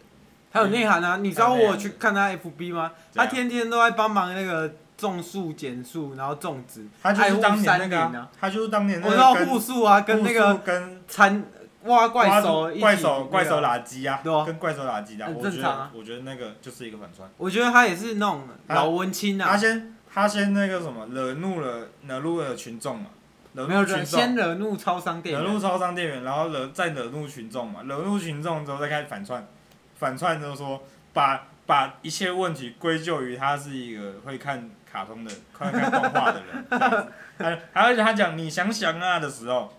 Speaker 3: 他有内涵啊！你知道
Speaker 1: 他有内
Speaker 3: 我
Speaker 1: 涵
Speaker 3: 去看他 FB 吗？
Speaker 1: 怎
Speaker 3: 他
Speaker 1: 样
Speaker 3: 天天都在帮忙那个种树、减树，然后种植，
Speaker 1: 他就是当年
Speaker 3: 爱护山
Speaker 1: 那
Speaker 3: 林
Speaker 1: 个啊、
Speaker 3: 啊
Speaker 1: 他就是当年那
Speaker 3: 我知道
Speaker 1: 个跟
Speaker 3: 护树啊，跟那
Speaker 1: 护
Speaker 3: 个
Speaker 1: 树跟
Speaker 3: 残挖怪
Speaker 1: 蛙
Speaker 3: 手
Speaker 1: 族
Speaker 3: 一起
Speaker 1: 怪手怪手
Speaker 3: 那
Speaker 1: 垃
Speaker 3: 个
Speaker 1: 圾啊，
Speaker 3: 对啊
Speaker 1: 跟怪手垃圾的、
Speaker 3: 很
Speaker 1: 我
Speaker 3: 正
Speaker 1: 觉得、
Speaker 3: 常啊
Speaker 1: 我觉得那个就是一个反串。
Speaker 3: 我觉得他也是那种老文青
Speaker 1: 他
Speaker 3: 啊，
Speaker 1: 先他先那个什么惹怒了惹怒了群众嘛，惹
Speaker 3: 没有
Speaker 1: 怒群
Speaker 3: 人先
Speaker 1: 众，
Speaker 3: 惹怒超商店
Speaker 1: 惹
Speaker 3: 员
Speaker 1: 怒，超商店员，然后惹再惹怒群众嘛，惹怒群众之后再开始反串，反串之后说把把一切问题归咎于他是一个会看卡通的、会看动画的 人。这样子还还而且他讲你想想啊的时候，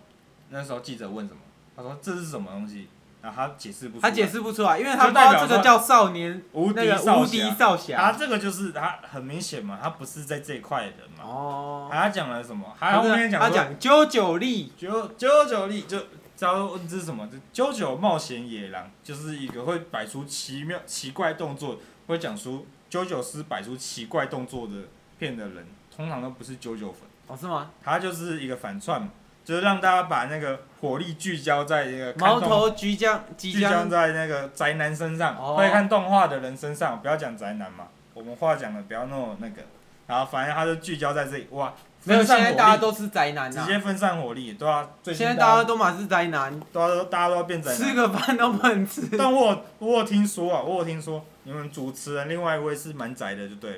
Speaker 1: 那时候记者问什么，他说这是什么东西，然后他解释不出来，
Speaker 3: 他解释不出来，因为他
Speaker 1: 就
Speaker 3: 不知道
Speaker 1: 代表
Speaker 3: 这个
Speaker 1: 说
Speaker 3: 叫少年
Speaker 1: 无
Speaker 3: 那
Speaker 1: 敌
Speaker 3: 个无
Speaker 1: 少
Speaker 3: 敌
Speaker 1: 侠。
Speaker 3: 少
Speaker 1: 他
Speaker 3: 侠。
Speaker 1: 这个就是他很明显嘛，他不是在这一块的人嘛，
Speaker 3: 哦，
Speaker 1: 他讲了什么？他
Speaker 3: 他
Speaker 1: 后面讲
Speaker 3: 他
Speaker 1: 说
Speaker 3: 讲九九力，
Speaker 1: 九九九力就。招这是什么？这九九冒险野狼就是一个会摆出奇妙奇怪动作，会讲出九九师摆出奇怪动作的片的人，通常都不是九九粉，
Speaker 3: 哦是吗？
Speaker 1: 他就是一个反串嘛，就是让大家把那个火力聚焦在那个看
Speaker 3: 矛
Speaker 1: 动
Speaker 3: 头即将即
Speaker 1: 聚焦
Speaker 3: 将
Speaker 1: 在那个宅男身上，
Speaker 3: 哦
Speaker 1: 会看动画的人身上，不要讲宅男嘛，我们话讲的不要那么那个。然后反正他就聚焦在这里，哇，
Speaker 3: 没有，
Speaker 1: 分散火
Speaker 3: 现在
Speaker 1: 力
Speaker 3: 大家都是宅男
Speaker 1: 直
Speaker 3: 啊！
Speaker 1: 接分散火力，对啊，最近
Speaker 3: 现在
Speaker 1: 大
Speaker 3: 大家
Speaker 1: 家
Speaker 3: 都满是宅男，
Speaker 1: 大家都大家都要变宅
Speaker 3: 吃
Speaker 1: 男。
Speaker 3: 个饭都不能吃。
Speaker 1: 但我有我有听说啊，我有听说你们主持人另外一位是蛮宅的，就对了。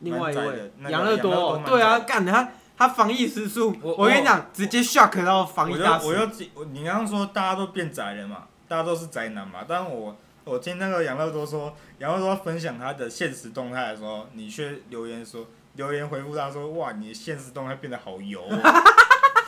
Speaker 3: 另外
Speaker 1: 蛮
Speaker 3: 一
Speaker 1: 宅的
Speaker 3: 位
Speaker 1: 那个
Speaker 3: 杨乐
Speaker 1: 养乐多
Speaker 3: 多，
Speaker 1: 蛮
Speaker 3: 对啊，
Speaker 1: 宅的
Speaker 3: 干他他防疫失速，
Speaker 1: 我
Speaker 3: 我跟你讲，直接 shock 到防
Speaker 1: 我
Speaker 3: 疫
Speaker 1: 就
Speaker 3: 大
Speaker 1: 我
Speaker 3: 师。
Speaker 1: 就记我你刚刚说大家都变宅了嘛，大家都是宅男嘛，但我我听那个杨乐多说，杨乐多分享他的现实动态的时候，你却留言说留言回复他说，哇，你的现实动态变得好油、哦。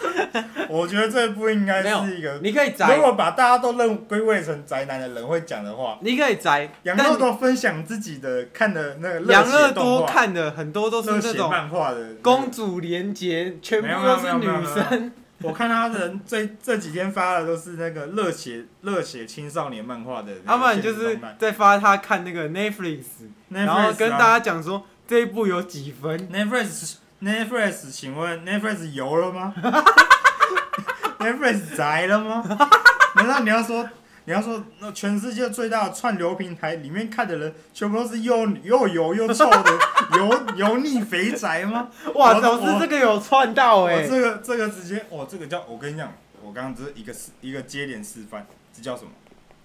Speaker 1: 我觉得这不应该是一个，
Speaker 3: 你可以
Speaker 1: 如
Speaker 3: 宅，
Speaker 1: 果把大家都认归位成宅男的人会讲的话，
Speaker 3: 你可以宅，
Speaker 1: 杨
Speaker 3: 但
Speaker 1: 乐多分享自己的看的那个热
Speaker 3: 杨乐
Speaker 1: 血动画、
Speaker 3: 多看的很多都是
Speaker 1: 热
Speaker 3: 那
Speaker 1: 血
Speaker 3: 种
Speaker 1: 漫画的那个
Speaker 3: 公主连结，全部
Speaker 1: 没有
Speaker 3: 都是
Speaker 1: 没有没有
Speaker 3: 女
Speaker 1: 没有
Speaker 3: 生。
Speaker 1: 我看他的这这几天发的都是那个热血热血青少年漫画的那个
Speaker 3: 要不然
Speaker 1: 现
Speaker 3: 就
Speaker 1: 实
Speaker 3: 是
Speaker 1: 动啊漫，
Speaker 3: 在发他看那个 Netflix，然后跟大家讲说这一部有几分。
Speaker 1: Netflix Netflix，请问 Netflix 油了吗？ Netflix 宅了吗？难道你要说你要说那全世界最大的串流平台里面看的人全部都是又又油又臭的油油腻肥宅吗？
Speaker 3: 哇，
Speaker 1: 啊我
Speaker 3: 总之这个有串到
Speaker 1: 我
Speaker 3: 哎、
Speaker 1: 哦这个这个直接，我这个叫我跟你讲，我刚刚只是一个示一个接连示范，这叫什么？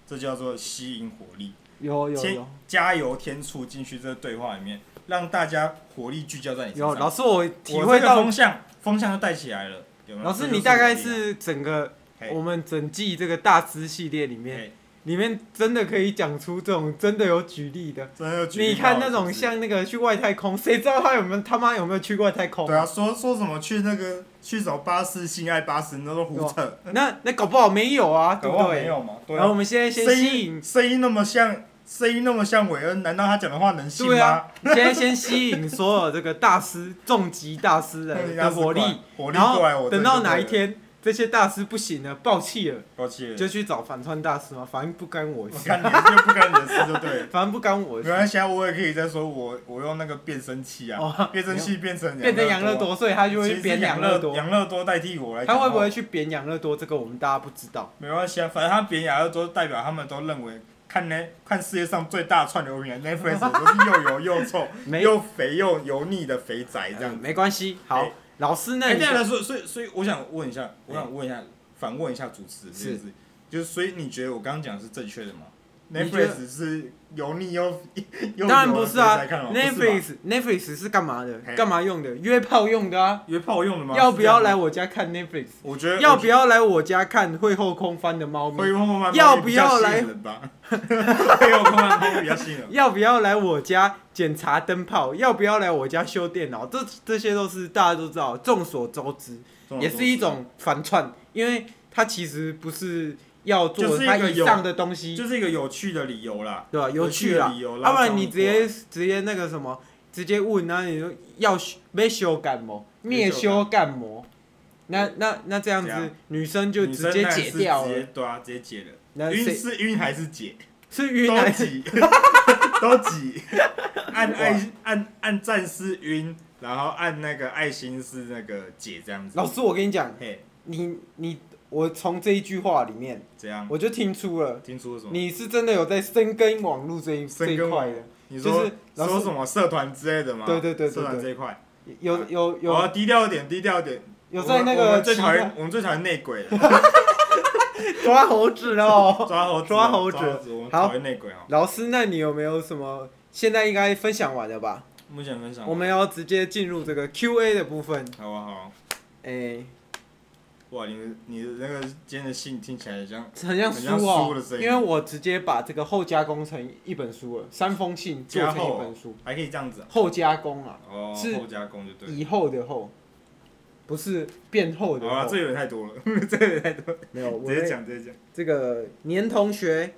Speaker 1: 这叫做吸引火力，
Speaker 3: 有有
Speaker 1: 先
Speaker 3: 有
Speaker 1: 加油添醋进去这个对话里面，让大家火力聚焦在你身
Speaker 3: 有，
Speaker 1: 上。
Speaker 3: 老师我体
Speaker 1: 我
Speaker 3: 会
Speaker 1: 这个
Speaker 3: 到
Speaker 1: 风，向风向就带起来了，有没有？
Speaker 3: 老
Speaker 1: 这
Speaker 3: 师
Speaker 1: 就
Speaker 3: 你大概
Speaker 1: 我的力
Speaker 3: 是整个
Speaker 1: 嘿
Speaker 3: 我们整季这个大师系列里
Speaker 1: 量
Speaker 3: 面，
Speaker 1: 嘿
Speaker 3: 里面真的可以讲出这种真的有举例的。
Speaker 1: 真的有举例
Speaker 3: 你看
Speaker 1: 到
Speaker 3: 那种
Speaker 1: 是不是
Speaker 3: 像那个去外太空， 谁知道他有没有他妈有没有去外太空？
Speaker 1: 对啊，说说什么去那个去找巴士性爱巴士，那都胡扯，
Speaker 3: 那那搞不好没有啊，对
Speaker 1: 搞
Speaker 3: 不
Speaker 1: 不好
Speaker 3: 哦对？
Speaker 1: 没有嘛？对
Speaker 3: 然后我
Speaker 1: 啊，
Speaker 3: 们现在先
Speaker 1: 声
Speaker 3: 吸
Speaker 1: 音
Speaker 3: 引，
Speaker 1: 声音那么像，声音那么像韦恩，难道他讲的话能信
Speaker 3: 对
Speaker 1: 吗
Speaker 3: 啊？，现在先吸引所有这个大师、 重疾大师
Speaker 1: 那
Speaker 3: 的
Speaker 1: 人家
Speaker 3: 的
Speaker 1: 是
Speaker 3: 火
Speaker 1: 怪
Speaker 3: 力，，
Speaker 1: 火力
Speaker 3: 然
Speaker 1: 过来我
Speaker 3: 后
Speaker 1: 这就
Speaker 3: 等到哪
Speaker 1: 对
Speaker 3: 一
Speaker 1: 了，
Speaker 3: 天这些大师不行了，爆气了，
Speaker 1: 抱歉，
Speaker 3: 就去找反川大师嘛，反正不干我
Speaker 1: 我
Speaker 3: 的事，。
Speaker 1: 看你就不干你的事就对了
Speaker 3: 反正不干我的
Speaker 1: 没
Speaker 3: 事。
Speaker 1: 关系啊，我也可以再说我我用那个变声器啊，
Speaker 3: 哦，
Speaker 1: 变声器变成
Speaker 3: 变成养乐
Speaker 1: 乐多
Speaker 3: 多，所以他就
Speaker 1: 啊，其
Speaker 3: 会
Speaker 1: 实
Speaker 3: 贬
Speaker 1: 养
Speaker 3: 乐
Speaker 1: 乐
Speaker 3: 多。
Speaker 1: 养乐多代替我来讲
Speaker 3: 他
Speaker 1: 话，
Speaker 3: 会不会去贬养乐多？这个我们大家不知道。
Speaker 1: 没关系啊，反正他扁雅都代表他们都认为，看呢看世界上最大的串流平台 Netflix 都是又油又臭、
Speaker 3: 没
Speaker 1: 又肥又油腻的肥宅哎这
Speaker 3: 呃
Speaker 1: 样子。
Speaker 3: 没关系。好
Speaker 1: 哎，
Speaker 3: 老师那
Speaker 1: 哎，
Speaker 3: 你哎
Speaker 1: 这样来说，所以所以我想问一下，我想问一下，反问一下主持人这件事，就是所以你觉得我刚刚讲的是正确的吗
Speaker 3: 你觉得
Speaker 1: ？Netflix 是油腻又 又
Speaker 3: 当然不是啊
Speaker 1: 油的肥宅看哦吗不是吧
Speaker 3: ，Netflix Netflix 是干嘛的？
Speaker 1: 嘿
Speaker 3: 干嘛用的？约炮用的啊！
Speaker 1: 约炮用的吗？
Speaker 3: 要不要
Speaker 1: 是这
Speaker 3: 来
Speaker 1: 样吗？
Speaker 3: 我家看 Netflix？
Speaker 1: 我觉得
Speaker 3: 要不
Speaker 1: 要
Speaker 3: 要来我家看会后空翻的猫
Speaker 1: 会
Speaker 3: 咪？
Speaker 1: 用慢慢
Speaker 3: 要不要来
Speaker 1: 吧？会用慢慢比较吸引人。
Speaker 3: 要不要来我家检查灯泡？要不要来我家修电脑？这这些都是大家都知道，众所周知， 也是一种反串，因为它其实不是要
Speaker 1: 就
Speaker 3: 做
Speaker 1: 是一
Speaker 3: 它
Speaker 1: 个
Speaker 3: 以
Speaker 1: 有
Speaker 3: 上的东西，
Speaker 1: 就是一个有趣的理由啦。
Speaker 3: 对吧？有趣啦
Speaker 1: 有趣的
Speaker 3: 啊
Speaker 1: 理，由啦
Speaker 3: 要不然你直接直接那个什么，直接问啊，你说要修要修干么？灭修干么？那那那这样
Speaker 1: 这
Speaker 3: 子
Speaker 1: 样，
Speaker 3: 女生就
Speaker 1: 女
Speaker 3: 直
Speaker 1: 生
Speaker 3: 接
Speaker 1: 那
Speaker 3: 解
Speaker 1: 是
Speaker 3: 掉
Speaker 1: 直接
Speaker 3: 了。
Speaker 1: 对啊，直接解了。
Speaker 3: 那
Speaker 1: 晕
Speaker 3: 谁
Speaker 1: 是晕还是解？
Speaker 3: 是晕啊
Speaker 1: 都
Speaker 3: 还 是
Speaker 1: 挤，都挤。按爱按按赞是晕，然后按那个爱心是那个解这样子
Speaker 3: 老。师，我跟你讲，
Speaker 1: 嘿，
Speaker 3: 你你我从这一句话里面，
Speaker 1: 这样
Speaker 3: 我就听出了
Speaker 1: 听说什么？
Speaker 3: 你是真的有在深耕网络这一这
Speaker 1: 深
Speaker 3: 一
Speaker 1: 耕网
Speaker 3: 块的，
Speaker 1: 你
Speaker 3: 就
Speaker 1: 说
Speaker 3: 是老师
Speaker 1: 说什么社团之类的吗？
Speaker 3: 对对对对对
Speaker 1: 社团这一块，
Speaker 3: 有有
Speaker 1: 我要
Speaker 3: 有
Speaker 1: 低调一点，低调一点。
Speaker 3: 有在那
Speaker 1: 啊我们我
Speaker 3: 个
Speaker 1: 们最
Speaker 3: 期
Speaker 1: 讨厌
Speaker 3: 待
Speaker 1: 我们最讨厌内鬼了，
Speaker 3: 抓猴子哦。
Speaker 1: 抓猴子
Speaker 3: 抓猴子
Speaker 1: 抓猴子，我们
Speaker 3: 好
Speaker 1: 讨厌内鬼哦。
Speaker 3: 老师，那你有没有什么？现在应该分享完了吧？
Speaker 1: 目前分享
Speaker 3: 我们要直接进入这个 Q&A 的部分。
Speaker 1: 好啊好啊。
Speaker 3: 哎、
Speaker 1: 哇，你的你的那个今天的信听起来像
Speaker 3: 很像
Speaker 1: 很
Speaker 3: 书
Speaker 1: 像
Speaker 3: 哦
Speaker 1: 书的、声
Speaker 3: 因
Speaker 1: 音
Speaker 3: 为我直接把这个后加工成一本书了，三封信做
Speaker 1: 加
Speaker 3: 成
Speaker 1: 厚
Speaker 3: 一
Speaker 1: 哦
Speaker 3: 本书，
Speaker 1: 还可以这样子啊、
Speaker 3: 后加工啊，
Speaker 1: 哦，
Speaker 3: 是
Speaker 1: 后加工就对了。
Speaker 3: 以后的后，不是变厚的
Speaker 1: 好了，
Speaker 3: 后
Speaker 1: 这，有点太多了，这有点太多了，
Speaker 3: 没有，我
Speaker 1: 直接
Speaker 3: 们
Speaker 1: 讲直接讲。
Speaker 3: 这个年同学，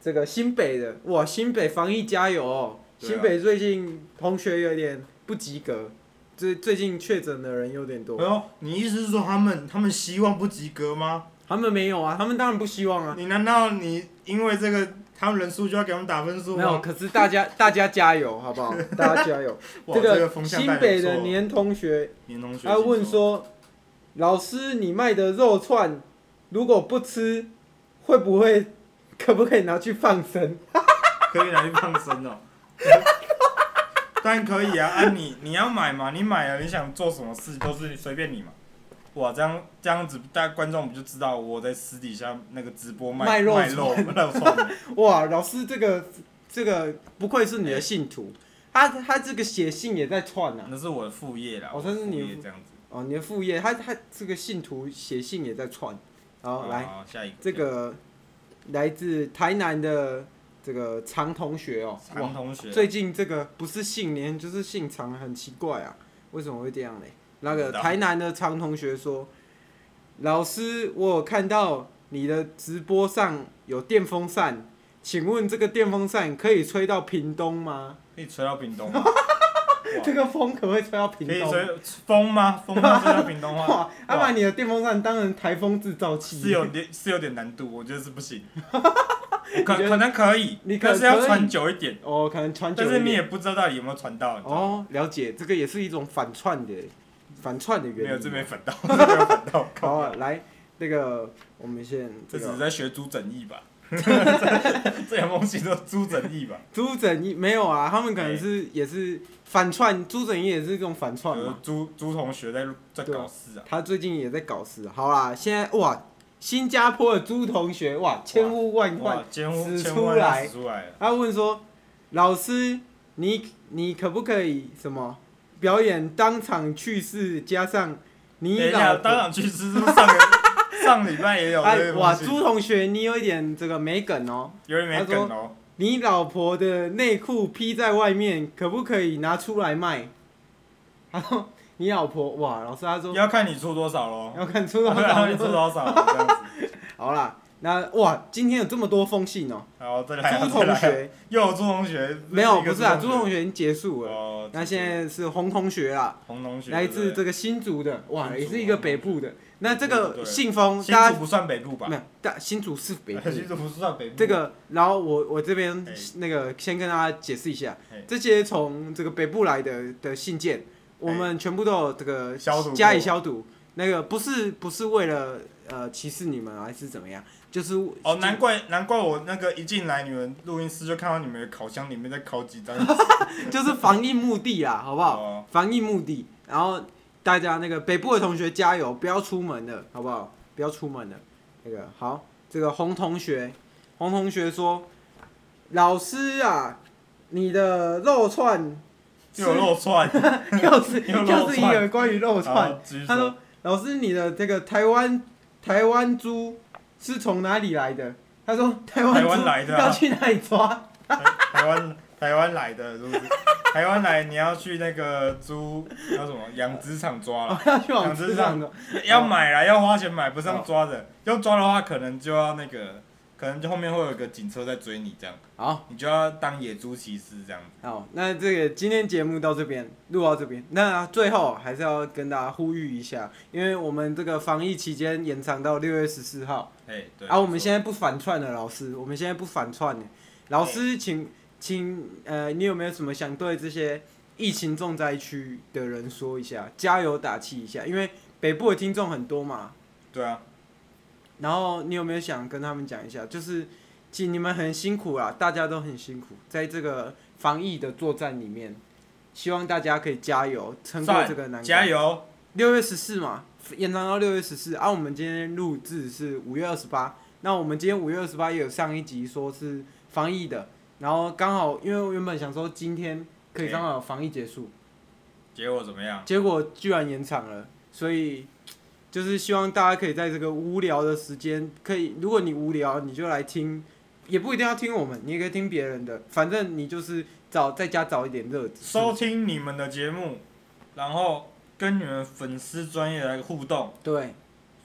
Speaker 3: 这个新北的，哇，新北防疫加油哦！
Speaker 1: 对啊
Speaker 3: 新北最近同学有点不及格，最最近确诊的人有点多，
Speaker 1: 然后哎你意思是说他们他们希望不及格吗？
Speaker 3: 他们没有啊，他们当然不希望啊，
Speaker 1: 你难道你因为这个他们人数就要给他们打分数
Speaker 3: 没有，
Speaker 1: 吗？
Speaker 3: 可是大 家大家加油，好不好？ 大家加油！
Speaker 1: 哇，
Speaker 3: 这
Speaker 1: 这
Speaker 3: 个
Speaker 1: 风向带
Speaker 3: 新
Speaker 1: 得
Speaker 3: 北
Speaker 1: 不错
Speaker 3: 的
Speaker 1: 哦
Speaker 3: 年同学，
Speaker 1: 年同学，
Speaker 3: 他问
Speaker 1: 请说，
Speaker 3: 说：“老师，你卖的肉串如果不吃，会不会可不可以拿去放生
Speaker 1: 可以拿去放生哦。当然可以啊，啊你你要买嘛，你买了你想做什么事都是随便你嘛。哇，这样这样子，大家观众不就知道我在私底下那个直播卖
Speaker 3: 卖肉
Speaker 1: 卖肉 卖肉串了？？”
Speaker 3: 哇， 老师这个这个不愧是你的信徒，他他这个写信也在串啊。
Speaker 1: 那是我的副业啦，
Speaker 3: 哦
Speaker 1: 我的
Speaker 3: 这是你的
Speaker 1: 副业
Speaker 3: 副
Speaker 1: 这样子。
Speaker 3: 哦，你的副业，他他这个信徒写信也在串。好，来，
Speaker 1: 好，下一个
Speaker 3: 这个来自台南的这个常同学哦，哇
Speaker 1: 常同学，
Speaker 3: 最近这个不是姓连就是姓常，很奇怪啊，为什么会这样呢？那
Speaker 1: 不
Speaker 3: 个
Speaker 1: 知道
Speaker 3: 台南的常同学说，老师，我有看到你的直播上有电风扇，请问这个电风扇可以吹到屏东吗？
Speaker 1: 可以吹到屏东吗？
Speaker 3: 这
Speaker 1: 哇
Speaker 3: 个风可不可以吹到屏
Speaker 1: 可以
Speaker 3: 东？
Speaker 1: 吹风吗？风吗？吹到屏东吗？
Speaker 3: 哇，他把你的电风扇当成台风制造器，
Speaker 1: 是有点是有点难度，我觉得是不 行。我可
Speaker 3: 你觉得
Speaker 1: 可能可以，
Speaker 3: 你可
Speaker 1: 但是要
Speaker 3: 可以
Speaker 1: 传久一点，
Speaker 3: 哦，可能传久
Speaker 1: 但
Speaker 3: 一
Speaker 1: 是你
Speaker 3: 点
Speaker 1: 也不知道到底有没有传到。你知道吗
Speaker 3: 哦，了解，这个也是一种反串的反串的原理。
Speaker 1: 没有，这没反到，这没有反到。
Speaker 3: 好、啊
Speaker 1: 靠
Speaker 3: 来那个我们先
Speaker 1: 这
Speaker 3: 这
Speaker 1: 只是
Speaker 3: 个哦
Speaker 1: 在学朱整义吧？ 这两东西都朱整义吧？
Speaker 3: 朱整义没有啊，他们可能
Speaker 1: 哎
Speaker 3: 是也是反串，朱整义也是这种反串
Speaker 1: 呃
Speaker 3: 嘛。，
Speaker 1: 朱朱同学在在
Speaker 3: 对啊
Speaker 1: 搞事啊！
Speaker 3: 他最近也在搞事，啊好啦，现在哇，新加坡的朱同学哇，千呼万
Speaker 1: 哇
Speaker 3: 唤，，
Speaker 1: 千呼
Speaker 3: 使
Speaker 1: 千
Speaker 3: 出
Speaker 1: 万要
Speaker 3: 来
Speaker 1: 使出来了，
Speaker 3: 他问说，老师，你你可不可以什么表演当场去世，加上
Speaker 1: 等
Speaker 3: 你
Speaker 1: 一
Speaker 3: 老
Speaker 1: 下，
Speaker 3: 婆
Speaker 1: 当场去吃，是不是上个 上礼拜也有这
Speaker 3: 哎
Speaker 1: 个
Speaker 3: 哇，
Speaker 1: 东西
Speaker 3: 朱同学，你有一点这个没梗哦。
Speaker 1: 有点没梗哦。
Speaker 3: 你老婆的内裤披在外面，可不可以拿出来卖？然后你老婆哇，老师他说
Speaker 1: 要看你出多少喽，
Speaker 3: 要 看出
Speaker 1: 要
Speaker 3: 多少
Speaker 1: 看你出 多少这样子。
Speaker 3: 好啦，那哇，今天有这么多封信哦、
Speaker 1: 好，再来啊，
Speaker 3: 朱
Speaker 1: 再来啊，
Speaker 3: 同学
Speaker 1: 又有朱同学，
Speaker 3: 没有，
Speaker 1: 一个
Speaker 3: 不是啊，朱
Speaker 1: 同
Speaker 3: 同
Speaker 1: 学
Speaker 3: 学已经结束了。
Speaker 1: 哦，
Speaker 3: 那现在是洪同学啦，
Speaker 1: 洪同学
Speaker 3: 来自这
Speaker 1: 个
Speaker 3: 个新竹的，哇，
Speaker 1: 新竹哦
Speaker 3: 也是一个北部的。那这
Speaker 1: 对
Speaker 3: 个
Speaker 1: 对
Speaker 3: 信封，
Speaker 1: 新
Speaker 3: 大
Speaker 1: 竹
Speaker 3: 家
Speaker 1: 不算北部吧
Speaker 3: 没？有，大新竹是北部。
Speaker 1: 新竹不算北部。
Speaker 3: 这个，然后我我这边
Speaker 1: 哎
Speaker 3: 那个先跟大家解释一下
Speaker 1: 哎，
Speaker 3: 这些从这个北部来的的信件，我们全部都有这个
Speaker 1: 消毒过
Speaker 3: 加以消毒。那个不是不是为了呃歧视你们还是怎么样，就是
Speaker 1: 哦，难怪难怪我那个一进来你们录音室就看到你们的烤箱里面在烤哦几张，好
Speaker 3: 就是防疫目的啦，好不
Speaker 1: 不
Speaker 3: 好？？防疫目的，然后大家那个北部的同学加油，不要出门了，好不好？不要出门了。那个好，这个洪同学，洪同学说，老师啊，你的肉串
Speaker 1: 又有肉串，
Speaker 3: 又是
Speaker 1: 又肉
Speaker 3: 又是一
Speaker 1: 串
Speaker 3: 个关于肉串。
Speaker 1: 好，继续
Speaker 3: 他说
Speaker 1: 说，：“
Speaker 3: 老师，你的这个台湾台湾猪是从哪里来的？”他说：“台湾
Speaker 1: 台湾
Speaker 3: 猪
Speaker 1: 来的啊
Speaker 3: 要去哪里抓
Speaker 1: 台台湾台湾来的是不是？台湾来你要去那个猪叫什么养殖场？抓
Speaker 3: 哦
Speaker 1: 了，
Speaker 3: 要去往
Speaker 1: 养殖
Speaker 3: 市
Speaker 1: 场
Speaker 3: 场的。
Speaker 1: 要买啦，要花钱买，不是
Speaker 3: 哦
Speaker 1: 用抓的。要抓的话，可能就要那个，可能就后面会有一个警车在追你这样。”
Speaker 3: 好，
Speaker 1: 你就要当野猪骑士这样子。
Speaker 3: 好，那这个今天节目到这边，录到这边。那最后还是要跟大家呼吁一下，因为我们这个防疫期间延长到六月十四号，
Speaker 1: 哎，对。
Speaker 3: 啊，我们现
Speaker 1: 先
Speaker 3: 在不反串了，老师，我们现在不反串了。老师，请请呃，你有没有什么想对这些疫情重灾区的人说一下，加油打气一下？因为北部的听众很多嘛，
Speaker 1: 对啊，
Speaker 3: 然后你有没有想跟他们讲一下？就是，其实你们很辛苦啦，大家都很辛苦，在这个防疫的作战里面，希望大家可以加油，撑过
Speaker 1: 赞
Speaker 3: 这个难关。
Speaker 1: 加！油！
Speaker 3: 六月十四嘛，延长到六月十四。啊，我们今天录制是五月二十八，那我们今天五月二十八也有上一集说是防疫的，然后刚好因为我原本想说今天可以
Speaker 1: 哎
Speaker 3: 刚好防疫结束，
Speaker 1: 结果怎么样？
Speaker 3: 结果居然延长了，所以就是希望大家可以在这个无聊的时间，可以如果你无聊，你就来听，也不一定要听我们，你也可以听别人的，反正你就是找在家找一点乐子。
Speaker 1: 收听你们的节目，然后跟你们粉丝专业来互动。
Speaker 3: 对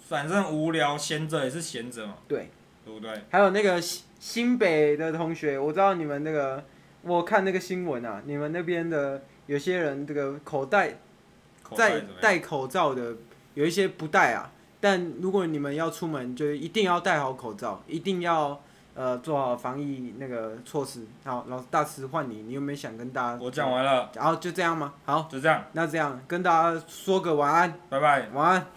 Speaker 1: 反正无聊闲着也是闲着嘛，
Speaker 3: 对，
Speaker 1: 对不对？
Speaker 3: 还有那个新新北的同学，我知道你们那个，我看那个新闻啊，你们那边的有些人这个口袋
Speaker 1: 口袋
Speaker 3: 在
Speaker 1: 怎么样？
Speaker 3: 戴口罩的有一些不戴啊，但如果你们要出门，就一定要戴好口罩，一定要呃做好防疫那个措施。好，老大师换你，你有没有想跟大家？
Speaker 1: 我讲完了，
Speaker 3: 然后就这样吗？好，
Speaker 1: 就这样，
Speaker 3: 那这样跟大家说个晚安，
Speaker 1: 拜拜。
Speaker 3: 晚安。